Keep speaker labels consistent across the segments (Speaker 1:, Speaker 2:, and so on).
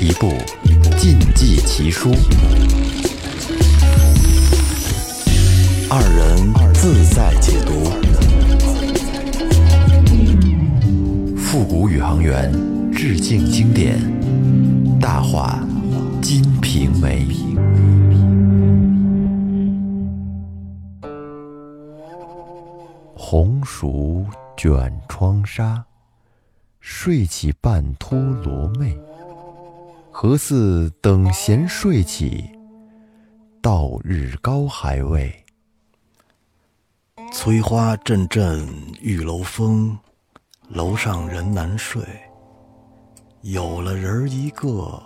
Speaker 1: 一部禁忌奇书，
Speaker 2: 二人自在解读。
Speaker 1: 复古宇航员致敬经典，大话《金瓶梅》。红薯卷窗纱，睡起半秃罗袂。何似等闲睡起，到日高还未。
Speaker 2: 催花阵阵玉楼风，楼上人难睡。有了人儿一个，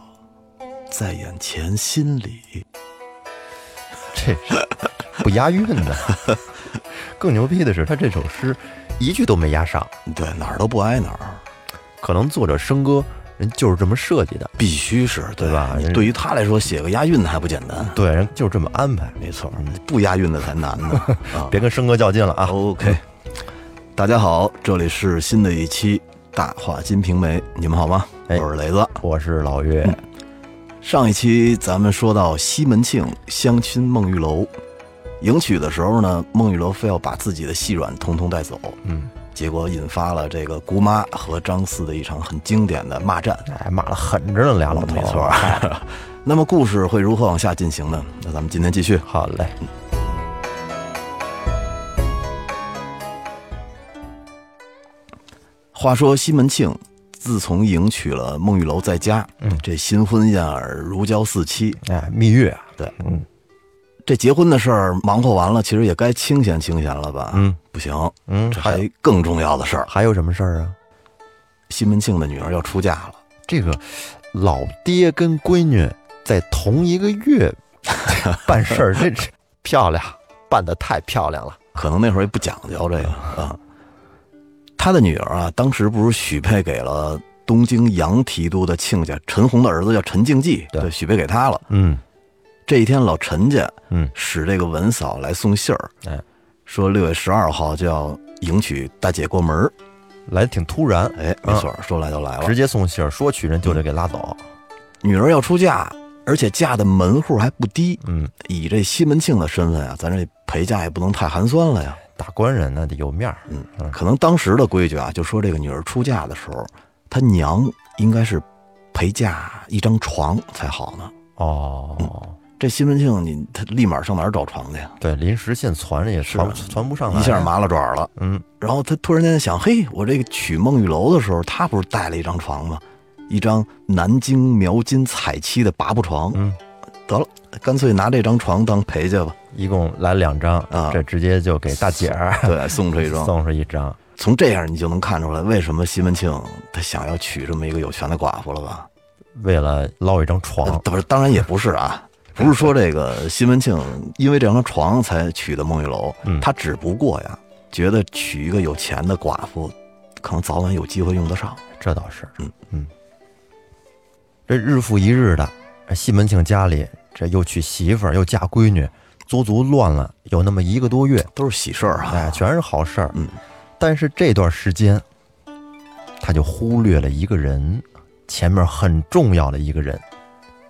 Speaker 2: 在眼前心里。
Speaker 1: 这是 不押韵的。更牛逼的是，他这首诗一句都没押上，
Speaker 2: 对，哪儿都不挨哪儿，
Speaker 1: 可能作者笙歌人就是这么设计的，
Speaker 2: 必须是对
Speaker 1: 对吧
Speaker 2: 你对于他来说，写个押韵的还不简单？
Speaker 1: 对，人就是这么安排。
Speaker 2: 没错，不押韵的才 难呢。啊
Speaker 1: 别跟笙哥较劲了啊！
Speaker 2: OK，大家好，这里是新的一期《大话金瓶梅》，你们好吗？
Speaker 1: 哎
Speaker 2: 我是雷子。
Speaker 1: 我是老 岳，
Speaker 2: 上一期咱们说到西门庆相亲孟玉楼，迎娶的时候呢，孟玉楼非要把自己的细软通通带走，
Speaker 1: 嗯，
Speaker 2: 结果引发了这个姑妈和张四的一场很经典的骂战。
Speaker 1: 哎，骂了狠着呢，俩老头。
Speaker 2: 没错， 那么故事会如何往下进行呢？那咱们今天继续。
Speaker 1: 好嘞，
Speaker 2: 话说西门庆自从迎娶了孟玉楼在家，
Speaker 1: 嗯
Speaker 2: 这新婚燕尔如胶似漆，
Speaker 1: 哎，蜜月啊，
Speaker 2: 对，
Speaker 1: 嗯
Speaker 2: 这结婚的事儿忙活完了，其实也该清闲清闲了吧？
Speaker 1: 嗯，
Speaker 2: 不行，
Speaker 1: 嗯，
Speaker 2: 这
Speaker 1: 还
Speaker 2: 还更重要的事儿，
Speaker 1: 还有什么事儿啊？
Speaker 2: 西门庆的女儿要出嫁了。
Speaker 1: 这个老爹跟闺女在同一个 月办事儿，这这漂亮，办的太漂亮了。
Speaker 2: 可能那会儿也不讲究这个啊。他的女儿啊，当时不是许配给了东京杨提督的亲家陈洪的儿子叫陈敬济，
Speaker 1: 对
Speaker 2: 对，许配给他了。
Speaker 1: 嗯
Speaker 2: 这一天，老陈家
Speaker 1: 嗯，
Speaker 2: 使这个文嫂来送信儿，
Speaker 1: 哎，
Speaker 2: 说六月十二号就要迎娶大姐过门儿。
Speaker 1: 来的挺突然，
Speaker 2: 哎，没错，说来就来了
Speaker 1: 直，接送信儿，说娶人就得给拉走。
Speaker 2: 女儿要出嫁，而且嫁的门户还不低。
Speaker 1: 嗯，
Speaker 2: 以这西门庆的身份啊，咱这陪嫁也不能太寒酸了呀。
Speaker 1: 打官人呢得有面儿，
Speaker 2: 嗯，可能当时的规矩啊，就说这个女儿出嫁的时候，她娘应该是陪嫁一张床才好呢。
Speaker 1: 哦，
Speaker 2: 这西门庆，你他立马上哪儿找床去呀？
Speaker 1: 对，临时现传也传
Speaker 2: 是
Speaker 1: 传不上来，
Speaker 2: 一下麻了爪了。
Speaker 1: 嗯，
Speaker 2: 然后他突然间想，嘿，我这个娶孟玉楼的时候，他不是带了一张床吗？一张南京描金彩漆的拔布床。
Speaker 1: 嗯，
Speaker 2: 得了，干脆拿这张床当陪嫁 吧。
Speaker 1: 一共来两张，
Speaker 2: 啊
Speaker 1: 这直接就给大姐儿
Speaker 2: 对，送这一张。
Speaker 1: 送上一张。
Speaker 2: 从这样你就能看出来，为什么西门庆他想要娶这么一个有权的寡妇了吧？
Speaker 1: 为了捞一张
Speaker 2: 呃
Speaker 1: 床，
Speaker 2: 不是，当然也不是啊，不是说这个西门庆因为这张床才娶的孟玉楼，
Speaker 1: 嗯
Speaker 2: 他只不过呀，觉得娶一个有钱的寡妇，可能早晚有机会用得上。
Speaker 1: 这倒是，
Speaker 2: 嗯
Speaker 1: 嗯，这日复一日的，哎西门庆家里这又娶媳妇儿，又嫁闺女，足足乱了有那么一个多月，
Speaker 2: 都是喜事儿啊，
Speaker 1: 哎，全是好事儿。
Speaker 2: 嗯，
Speaker 1: 但是这段时间，他就忽略了一个人，前面很重要的一个人，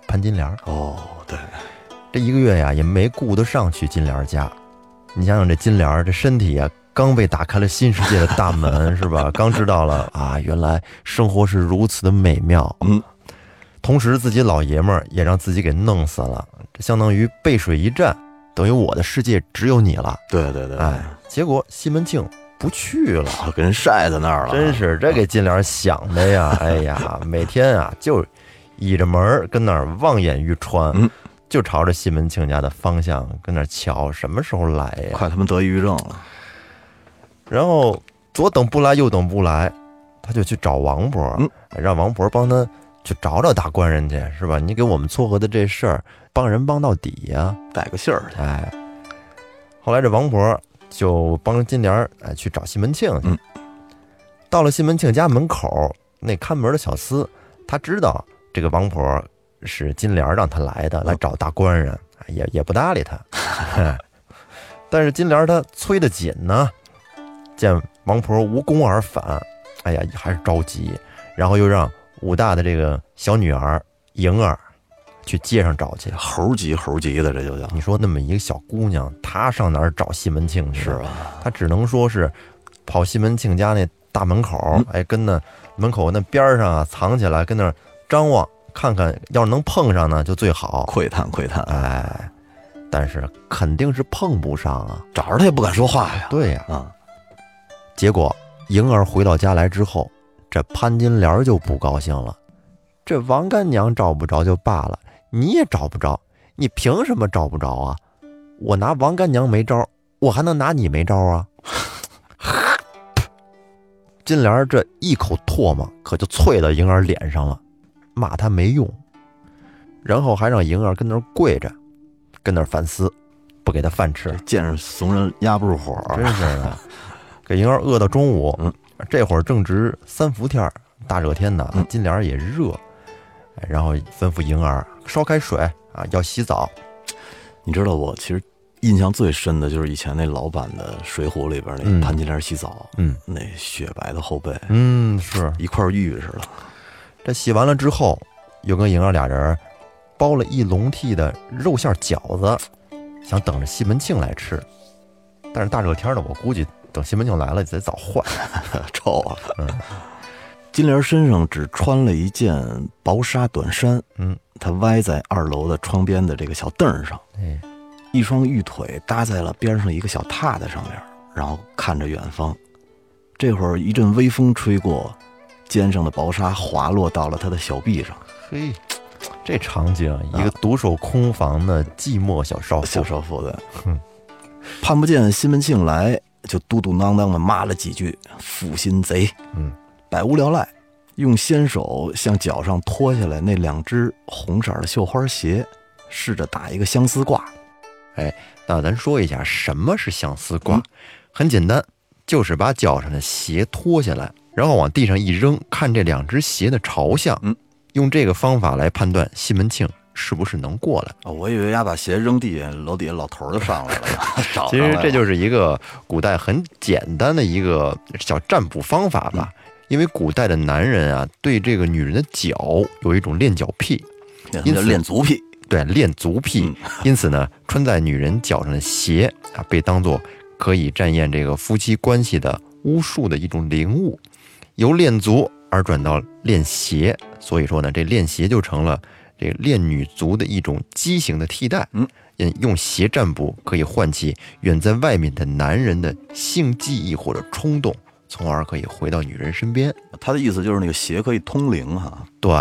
Speaker 1: 潘金莲儿。
Speaker 2: 哦，对，
Speaker 1: 这一个月呀，也没顾得上去金莲儿家。你想想，这金莲儿这身体呀，刚被打开了新世界的大门，是吧？刚知道了啊，原来生活是如此的美妙。
Speaker 2: 嗯，
Speaker 1: 同时自己老爷们儿也让自己给弄死了，这相当于背水一战，等于我的世界只有你了。
Speaker 2: 对对对，
Speaker 1: 哎，结果西门庆不去了。
Speaker 2: 啊，给人晒在那儿了，
Speaker 1: 真是这给金莲想的 呀！哎呀，每天啊就倚着门儿跟那儿望眼欲穿，
Speaker 2: 嗯
Speaker 1: 就朝着西门庆家的方向跟那儿瞧，什么时候来呀？
Speaker 2: 快他妈得抑郁症了。
Speaker 1: 然后左等不来，右等不来，他就去找王婆，
Speaker 2: 嗯
Speaker 1: 让王婆帮他去找找大官人去，是吧？你给我们撮合的这事儿，帮人帮到底呀、
Speaker 2: 带个信儿去，
Speaker 1: 哎，后来这王婆就帮着金莲儿哎去找西门庆去。
Speaker 2: 嗯
Speaker 1: 到了西门庆家门口，那看门的小厮他知道这个王婆是金莲儿让他来
Speaker 2: 嗯
Speaker 1: 的，来找大官人，哎也也不搭理他。 哎但是金莲儿她催得紧呢，见王婆无功而返，哎呀，还是着急，然后又让武大的这个小女儿莹儿去街上找去。
Speaker 2: 猴急猴急的，这就叫
Speaker 1: 你说那么一个小姑娘，她上哪儿找西门庆去？啊
Speaker 2: 是啊吧？
Speaker 1: 她只能说是跑西门庆家那大门口，
Speaker 2: 嗯
Speaker 1: 哎，跟那门口那边儿上啊藏起来，跟那儿张望，看看要是能碰上呢就最好。
Speaker 2: 窥探窥探，
Speaker 1: 哎，但是肯定是碰不上啊。
Speaker 2: 找着他也不敢说话呀。
Speaker 1: 对呀、
Speaker 2: 啊，
Speaker 1: 结果莹儿回到家来之后，这潘金莲就不高兴了。这王干娘找不着就罢了，你也找不着，你凭什么找不着啊？我拿王干娘没招儿，我还能拿你没招儿啊？ 金莲儿这一口唾沫可就啐到莹儿脸上了，骂她没用，然后还让莹儿跟那儿跪着，跟那儿反思，不给她饭吃
Speaker 2: 这。见着怂人压不住火，
Speaker 1: 真是的，啊 给莹儿饿到中午，
Speaker 2: 嗯
Speaker 1: 这会儿正值三伏天儿，大热天的
Speaker 2: 嗯，
Speaker 1: 金莲儿也热，哎然后吩咐莹儿烧开水啊，要洗澡。
Speaker 2: 你知道我其实印象最深的就是以前那老版的《水浒》里边
Speaker 1: 嗯
Speaker 2: 那潘金莲洗澡，
Speaker 1: 嗯
Speaker 2: 那雪白的后背，
Speaker 1: 嗯，是
Speaker 2: 一块玉似的。
Speaker 1: 这洗完了之后，又跟莹儿俩人儿包了一笼屉的肉馅儿饺子，想等着西门庆来吃。但是大热天儿的，我估计等西门庆来了得早换。
Speaker 2: 臭啊！
Speaker 1: 嗯
Speaker 2: 金莲身上只穿了一件薄纱短衫，
Speaker 1: 嗯，
Speaker 2: 她歪在二楼的窗边的这个小凳上，
Speaker 1: 哎，
Speaker 2: 一双玉腿搭在了边上一个小榻子上面，然后看着远方。这会儿一阵微风吹过，肩上的薄纱滑落到了她的小臂上。
Speaker 1: 嘿，啊这场景，一个独守空房的寂寞小少妇
Speaker 2: 小，少妇的
Speaker 1: 哼，
Speaker 2: 盼不见西门庆来，就嘟嘟囔囔的骂了几句“负心贼”，
Speaker 1: 嗯，
Speaker 2: 百无聊赖，用纤手向脚上脱下来那两只红色的绣花鞋，试着打一个相思挂。
Speaker 1: 那咱说一下什么是相思挂，
Speaker 2: 嗯
Speaker 1: 很简单，就是把脚上的鞋脱下来，然后往地上一扔，看这两只鞋的朝向，
Speaker 2: 嗯，
Speaker 1: 用这个方法来判断西门庆是不是能过来。
Speaker 2: 哦，我以为丫把鞋扔地下，楼底下老头儿就上来了， 找
Speaker 1: 其实这就是一个古代很简单的一个小占卜方法吧。
Speaker 2: 嗯
Speaker 1: 因为古代的男人啊，对这个女人的脚有一种恋脚癖，因此
Speaker 2: 练足癖，
Speaker 1: 对恋足癖，因此呢，穿在女人脚上的鞋啊，被当做可以展现这个夫妻关系的巫术的一种灵物，由恋足而转到恋鞋，所以说呢，这恋鞋就成了这个恋女足的一种畸形的替代。
Speaker 2: 嗯，
Speaker 1: 用鞋占卜可以唤起远在外面的男人的性记忆或者冲动，从而可以回到女人身边。
Speaker 2: 他的意思就是那个鞋可以通灵哈，
Speaker 1: 对，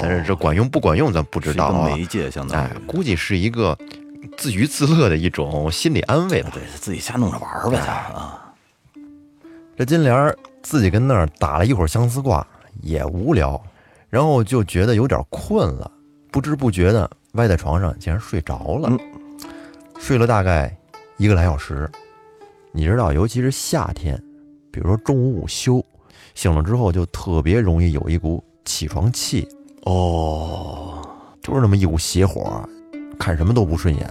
Speaker 1: 但是这管用不管用咱不知道
Speaker 2: 是一
Speaker 1: 啊
Speaker 2: 个。媒介相当
Speaker 1: 哎
Speaker 2: 于，，
Speaker 1: 估计是一个自娱自乐的一种心理安慰吧。
Speaker 2: 啊对，自己瞎弄着玩儿呗啊，
Speaker 1: 这金莲儿自己跟那儿打了一会儿相思卦，也无聊，然后就觉得有点困了，不知不觉的歪在床上，竟然睡着了。
Speaker 2: 嗯
Speaker 1: 睡了大概一个来小时，你知道，尤其是夏天，比如说中午午休，醒了之后就特别容易有一股起床气，
Speaker 2: 哦。
Speaker 1: 就是那么一股邪火，看什么都不顺眼。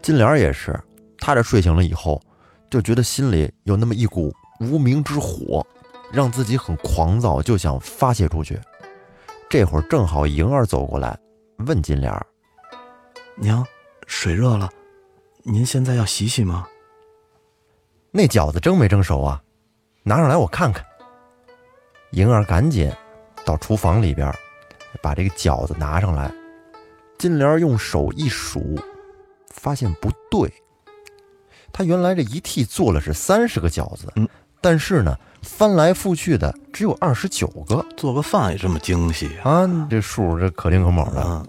Speaker 1: 金莲儿也是，她这睡醒了以后，就觉得心里有那么一股无名之火，让自己很狂躁，就想发泄出去。这会儿正好莹儿走过来，问金莲儿
Speaker 2: 娘，水热了，您现在要洗洗吗？：“
Speaker 1: 那饺子蒸没蒸熟啊？拿上来我看看。”莹儿赶紧到厨房里边儿，把这个饺子拿上来。金莲儿用手一数，发现不对。她原来这一屉做了是三十个饺子，
Speaker 2: 嗯
Speaker 1: 但是呢，翻来覆去的只有二十九个
Speaker 2: 做个饭也这么精细啊？
Speaker 1: 啊！这数这可丁可卯的，
Speaker 2: 嗯，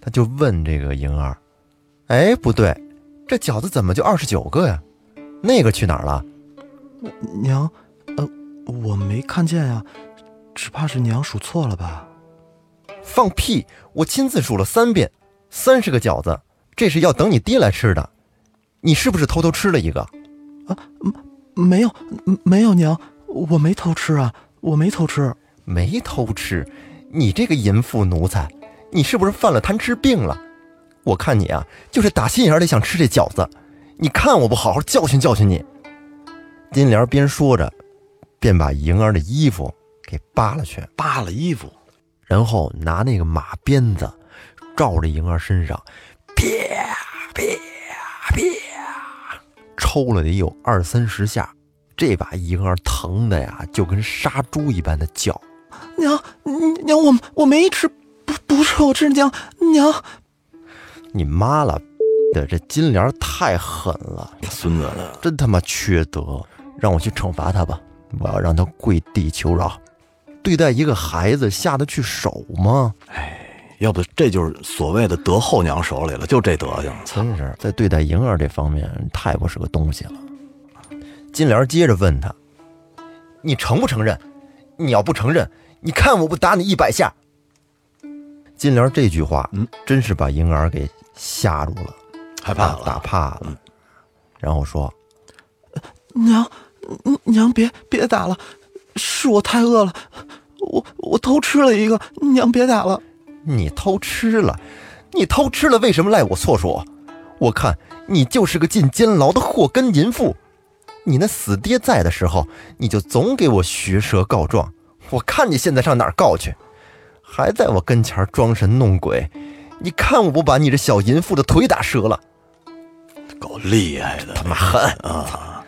Speaker 1: 她就问这个莹儿：“哎，不对，这饺子怎么就二十九个呀？那个去哪儿了？”
Speaker 2: 娘，呃，我没看见呀、只怕是娘数错了吧？
Speaker 1: 放屁！我亲自数了三遍，三十个饺子，这是要等你爹来吃的。你是不是偷偷吃了一个？
Speaker 2: 没有，嗯没有，娘，我没偷吃啊，我没偷吃。
Speaker 1: 没偷吃，你这个淫妇奴才，你是不是犯了贪吃病了？我看你啊，就是打心眼里想吃这饺子。你看我不好好教训教训你！金莲边说着，便把莹儿的衣服给扒了去。
Speaker 2: 扒了衣服，
Speaker 1: 然后拿那个马鞭子照着莹儿身上，啪啪啪，抽了得有二三十下。这把莹儿疼的呀，就跟杀猪一般的叫。
Speaker 2: 娘，娘，我我没吃，不不是我吃娘娘。
Speaker 1: 你妈了的，这金莲儿太狠了，
Speaker 2: 孙子的，
Speaker 1: 真他妈缺德！让我去惩罚他吧，我要让他跪地求饶。对待一个孩子下得去手吗？
Speaker 2: 要不这就是所谓的得后娘手里了，就这德行。
Speaker 1: 真是在对待莹儿这方面太不是个东西了。金莲儿接着问他：“你承不承认？你要不承认，你看我不打你一百下！”金莲儿这句话，
Speaker 2: 嗯，
Speaker 1: 真是把莹儿给吓住了，
Speaker 2: 害怕
Speaker 1: 打打
Speaker 2: 了，嗯
Speaker 1: 怕了，然后说
Speaker 2: 娘，娘别别打了，是我太饿了，我我偷吃了一个，娘别打了。：“
Speaker 1: 你偷吃了，你偷吃了，为什么赖我错说？我看你就是个进监牢的祸根淫妇。你那死爹在的时候，你就总给我学舌告状，我看你现在上哪儿告去？还在我跟前儿装神弄鬼，你看我不把你这小淫妇的腿打折了！
Speaker 2: 够厉害的，
Speaker 1: 他妈狠啊！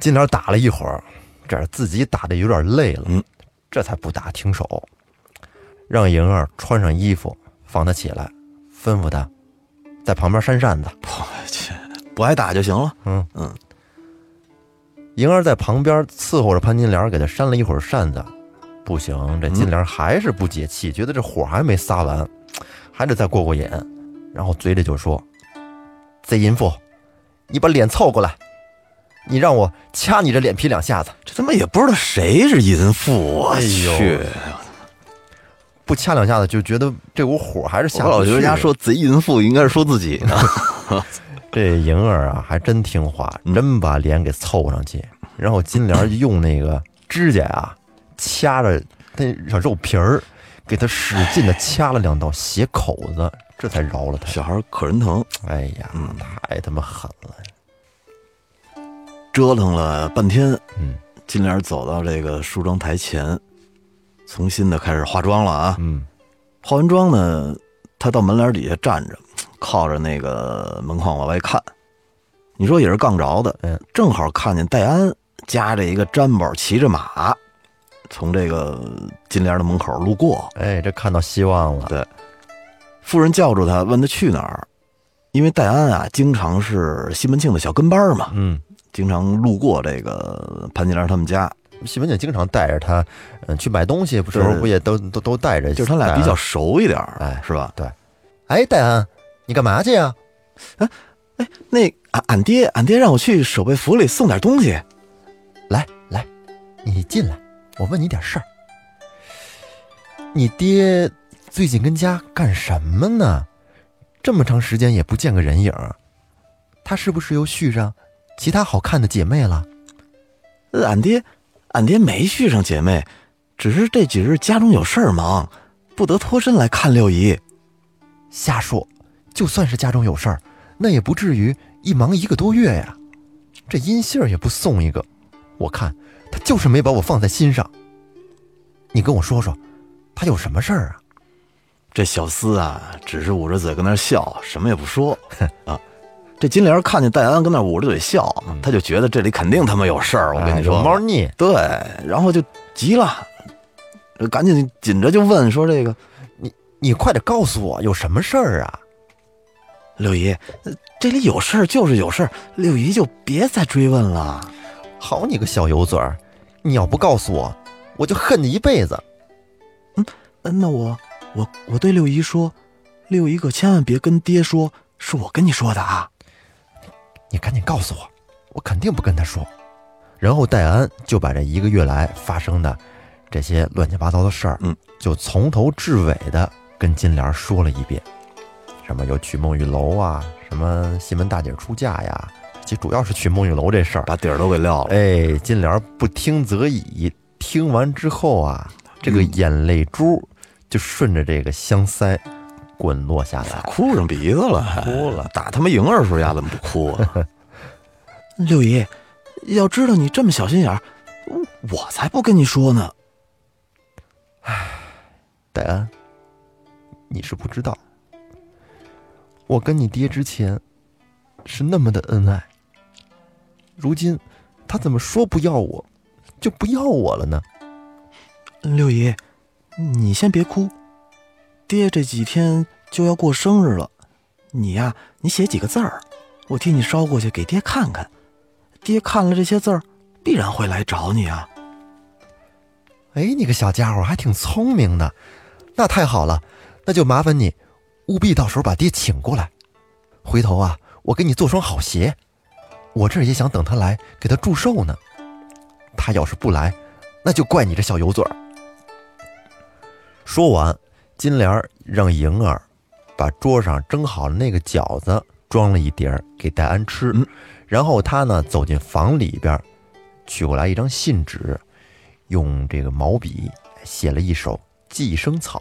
Speaker 1: 金莲打了一会儿，这儿自己打的有点累了，
Speaker 2: 嗯
Speaker 1: 这才不打停手，让莹儿穿上衣服，放她起来，吩咐她在旁边扇扇子。
Speaker 2: 我去，不爱打就行了。
Speaker 1: 莹儿在旁边伺候着潘金莲，给她扇了一会儿扇子，不行，这金莲还是不解气，觉得这火还没撒完，还得再过过瘾，然后嘴里就说：“贼淫妇，你把脸凑过来，你让我掐你这脸皮两下子。”
Speaker 2: 这他妈也不知道谁是淫妇，我
Speaker 1: 哎呦
Speaker 2: 去！
Speaker 1: 不掐两下子就觉得这股火还是
Speaker 2: 我
Speaker 1: 下不去。啊
Speaker 2: 老觉得人家说贼淫妇应该是说自己呢。
Speaker 1: 这莹儿啊，还真听话，
Speaker 2: 嗯
Speaker 1: 真把脸给凑上去，然后金莲儿就用那个指甲啊掐着那小肉皮儿，给他使劲的掐了两道血口子，这才饶了他。
Speaker 2: 小孩可人疼，
Speaker 1: 哎呀，
Speaker 2: 嗯
Speaker 1: 太他妈狠了！
Speaker 2: 折腾了半天，
Speaker 1: 嗯
Speaker 2: 金莲走到这个梳妆台前，重新的开始化妆了啊。
Speaker 1: 嗯
Speaker 2: 化完妆呢，她到门帘底下站着，靠着那个门框往外看。你说也是杠着的，
Speaker 1: 嗯，
Speaker 2: 正好看见戴安夹着一个毡包，骑着马，从这个金莲的门口路过。
Speaker 1: 哎，这看到希望了。
Speaker 2: 夫人叫住他，问他去哪儿，因为戴安啊，经常是西门庆的小跟班儿嘛，
Speaker 1: 嗯，
Speaker 2: 经常路过这个潘金莲他们家，
Speaker 1: 西门庆经常带着他，嗯，去买东西，不时候
Speaker 2: 对
Speaker 1: 不也都都都带着？
Speaker 2: 就是他俩比较熟一点儿，
Speaker 1: 哎
Speaker 2: 是吧？
Speaker 1: 哎，戴安，你干嘛去啊呀、
Speaker 2: 那俺俺爹俺爹让我去守备府里送点东西，
Speaker 1: 来来，你进来，我问你点事儿。你爹最近跟家干什么呢？这么长时间也不见个人影儿，他是不是又续上其他好看的姐妹了？
Speaker 2: 呃俺爹俺爹没续上姐妹，只是这几日家中有事儿忙，不得脱身来看六姨。
Speaker 1: 瞎说，就算是家中有事儿，那也不至于一忙一个多月呀。这音信儿也不送一个，我看他就是没把我放在心上。你跟我说说，他有什么事儿啊？
Speaker 2: 这小厮啊，只是捂着嘴跟那儿笑，什么也 不说啊。这金莲看见戴安跟那儿捂着嘴笑，他就觉得这里肯定他妈有事儿。我跟
Speaker 1: 哎
Speaker 2: 你说，
Speaker 1: 有猫腻，
Speaker 2: 对，然后就急了，呃赶紧紧着就问说：“这个
Speaker 1: 你快点告诉我有什么事儿啊？
Speaker 2: 六姨，呃这里有事儿就是有事儿，六姨就别再追问了。
Speaker 1: 好你个小油嘴儿，你要不告诉我，我就恨你一辈子。
Speaker 2: 呃那我我我对六姨说，六姨可千万别跟爹说，是我跟你说的啊。
Speaker 1: 你赶紧告诉我，我肯定不跟他说。然后戴安就把这一个月来发生的这些乱七八糟的事儿，
Speaker 2: 嗯，
Speaker 1: 就从头至尾的跟金莲说了一遍，什么有娶孟玉楼啊，什么西门大姐出嫁呀，其实主要是娶孟玉楼这事儿。
Speaker 2: 把底儿都给撂了。
Speaker 1: 哎，金莲不听则已，听完之后啊，这个眼泪珠就顺着这个香腮滚落下来。
Speaker 2: 哎哭上鼻子了，还
Speaker 1: 哭了！
Speaker 2: 打他妈莹儿时候丫怎么不哭啊？ 六姨，要知道你这么小心眼儿，我才不跟你说呢。
Speaker 1: 戴安，你是不知道，我跟你爹之前是那么的恩爱，如今他怎么说不要我，就不要我了呢？
Speaker 2: 六姨，你先别哭，爹这几天就要过生日了，你呀，你写几个字儿，我替你捎过去给爹看看，爹看了这些字儿，必然会来找你啊。
Speaker 1: 哎，你个小家伙还挺聪明的，那太好了，那就麻烦你，务必到时候把爹请过来。回头啊，我给你做双好鞋，我这儿也想等他来给他祝寿呢。他要是不来，那就怪你这小油嘴儿。说完，金莲儿让莹儿把桌上蒸好的那个饺子装了一碟儿给戴安吃，
Speaker 2: 嗯
Speaker 1: 然后她呢走进房里边儿，取过来一张信纸，用这个毛笔写了一首《寄生草》，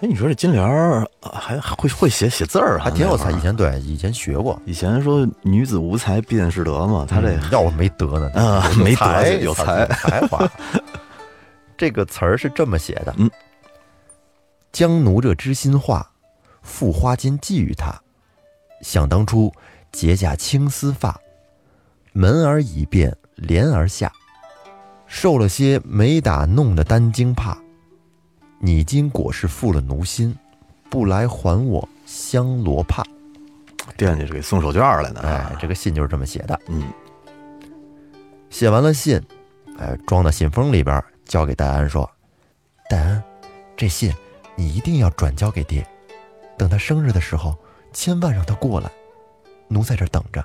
Speaker 2: 哎，你说这金莲儿啊还会会写写字儿啊，
Speaker 1: 还挺有才。
Speaker 2: 那会
Speaker 1: 以
Speaker 2: 儿
Speaker 1: 前对以前学过，
Speaker 2: 以前说女子无才便是德嘛，他这
Speaker 1: 嗯要我没德 呢
Speaker 2: 啊
Speaker 1: 有
Speaker 2: 没德
Speaker 1: 才
Speaker 2: 就有
Speaker 1: 才才华。 这个词儿是这么写的：
Speaker 2: 嗯，
Speaker 1: 将奴这知心话，付花间寄予他。想当初，结下青丝发，门儿已变帘儿下，受了些没打弄的担惊怕。你今果是负了奴心，不来还我香罗帕。
Speaker 2: 惦记着给送手绢儿来呢。
Speaker 1: 哎，这个信就是这么写的。
Speaker 2: 嗯，
Speaker 1: 写完了信，哎，装到信封里边儿，交给戴安说：“戴安，这信你一定要转交给爹，等他生日的时候，千万让他过来，奴在这儿等着。”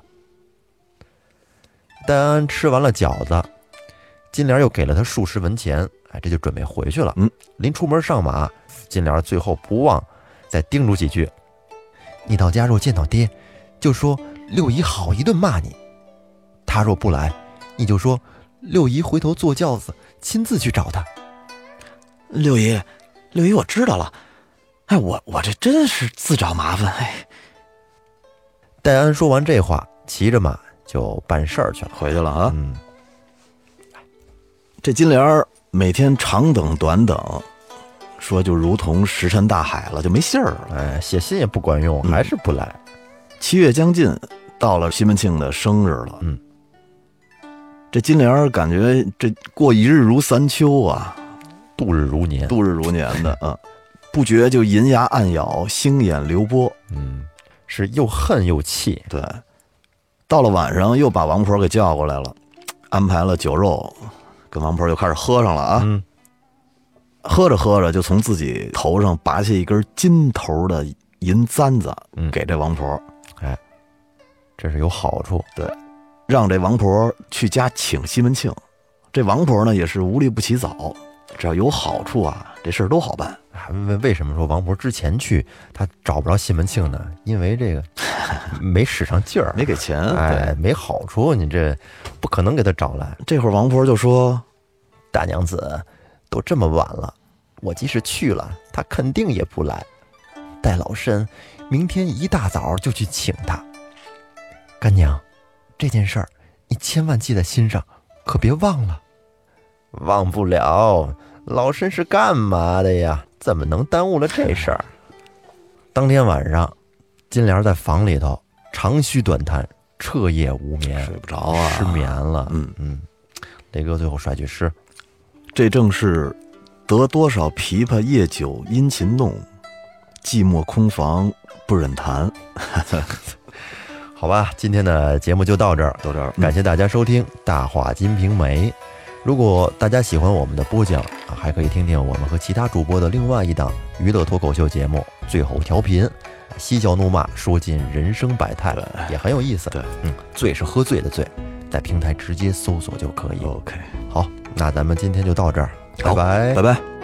Speaker 1: 戴安吃完了饺子，金莲又给了他数十文钱，哎，这就准备回去了。
Speaker 2: 嗯，
Speaker 1: 临出门上马，金莲最后不忘再叮嘱几句：“你到家若见到爹，就说六姨好一顿骂你；他若不来，你就说六姨回头坐轿子，亲自去找他。
Speaker 2: 六姨，六姨，我知道了。哎，我我这真是自找麻烦。哎，
Speaker 1: 戴安说完这话，骑着马就办事儿去了。
Speaker 2: 回去了啊。
Speaker 1: 嗯，
Speaker 2: 这金莲儿每天长等短等，说就如同石沉大海了，就没信儿了。
Speaker 1: 哎，写信也不管用，
Speaker 2: 嗯
Speaker 1: 还是不来。
Speaker 2: 七月将近，到了西门庆的生日了。
Speaker 1: 嗯，
Speaker 2: 这金莲儿感觉这过一日如三秋啊，
Speaker 1: 度日如年。
Speaker 2: 度日如年的啊，不觉就银牙暗咬，星眼流波。
Speaker 1: 嗯，是又恨又气。
Speaker 2: 对，到了晚上又把王婆给叫过来了，安排了酒肉，跟王婆又开始喝上了啊。
Speaker 1: 嗯
Speaker 2: 喝着喝着就从自己头上拔下一根金头的银簪子
Speaker 1: 嗯
Speaker 2: 给这王婆，
Speaker 1: 哎，这是有好处。
Speaker 2: 让这王婆去家请西门庆。这王婆呢也是无利不起早，只要有好处啊，这事儿都好办。
Speaker 1: 啊为为什么说王婆之前去他找不着西门庆呢？因为 这个没使上劲儿，
Speaker 2: 没给钱，
Speaker 1: 哎，
Speaker 2: 对，
Speaker 1: 没好处，你这不可能给他找来。
Speaker 2: 这会儿王婆就说
Speaker 1: 大娘子，都这么晚了，我即使去了，他肯定也不来。待老身明天一大早就去请他。干娘，这件事儿你千万记在心上，可别忘了。忘不了，老身是干嘛的呀？怎么能耽误了这事儿？当天晚上，金莲在房里头长吁短叹，彻夜无眠，
Speaker 2: 睡不着啊，
Speaker 1: 哎失眠了。
Speaker 2: 嗯
Speaker 1: 嗯，雷哥最后甩句诗，
Speaker 2: 这正是得多少琵琶夜酒殷勤弄，寂寞空房不忍弹。
Speaker 1: 好吧，今天的节目就到这儿，
Speaker 2: 到这儿
Speaker 1: 感谢大家收听《大话金瓶梅》。如果大家喜欢我们的播讲啊，还可以听听我们和其他主播的另外一档娱乐脱口秀节目《最后调频》，嬉笑怒骂，说尽人生百态，也很有意思。
Speaker 2: 对，
Speaker 1: 嗯，醉是喝醉的醉，在平台直接搜索就可以。
Speaker 2: OK，
Speaker 1: 好，那咱们今天就到这儿，拜
Speaker 2: 哦好
Speaker 1: 拜
Speaker 2: 拜。拜。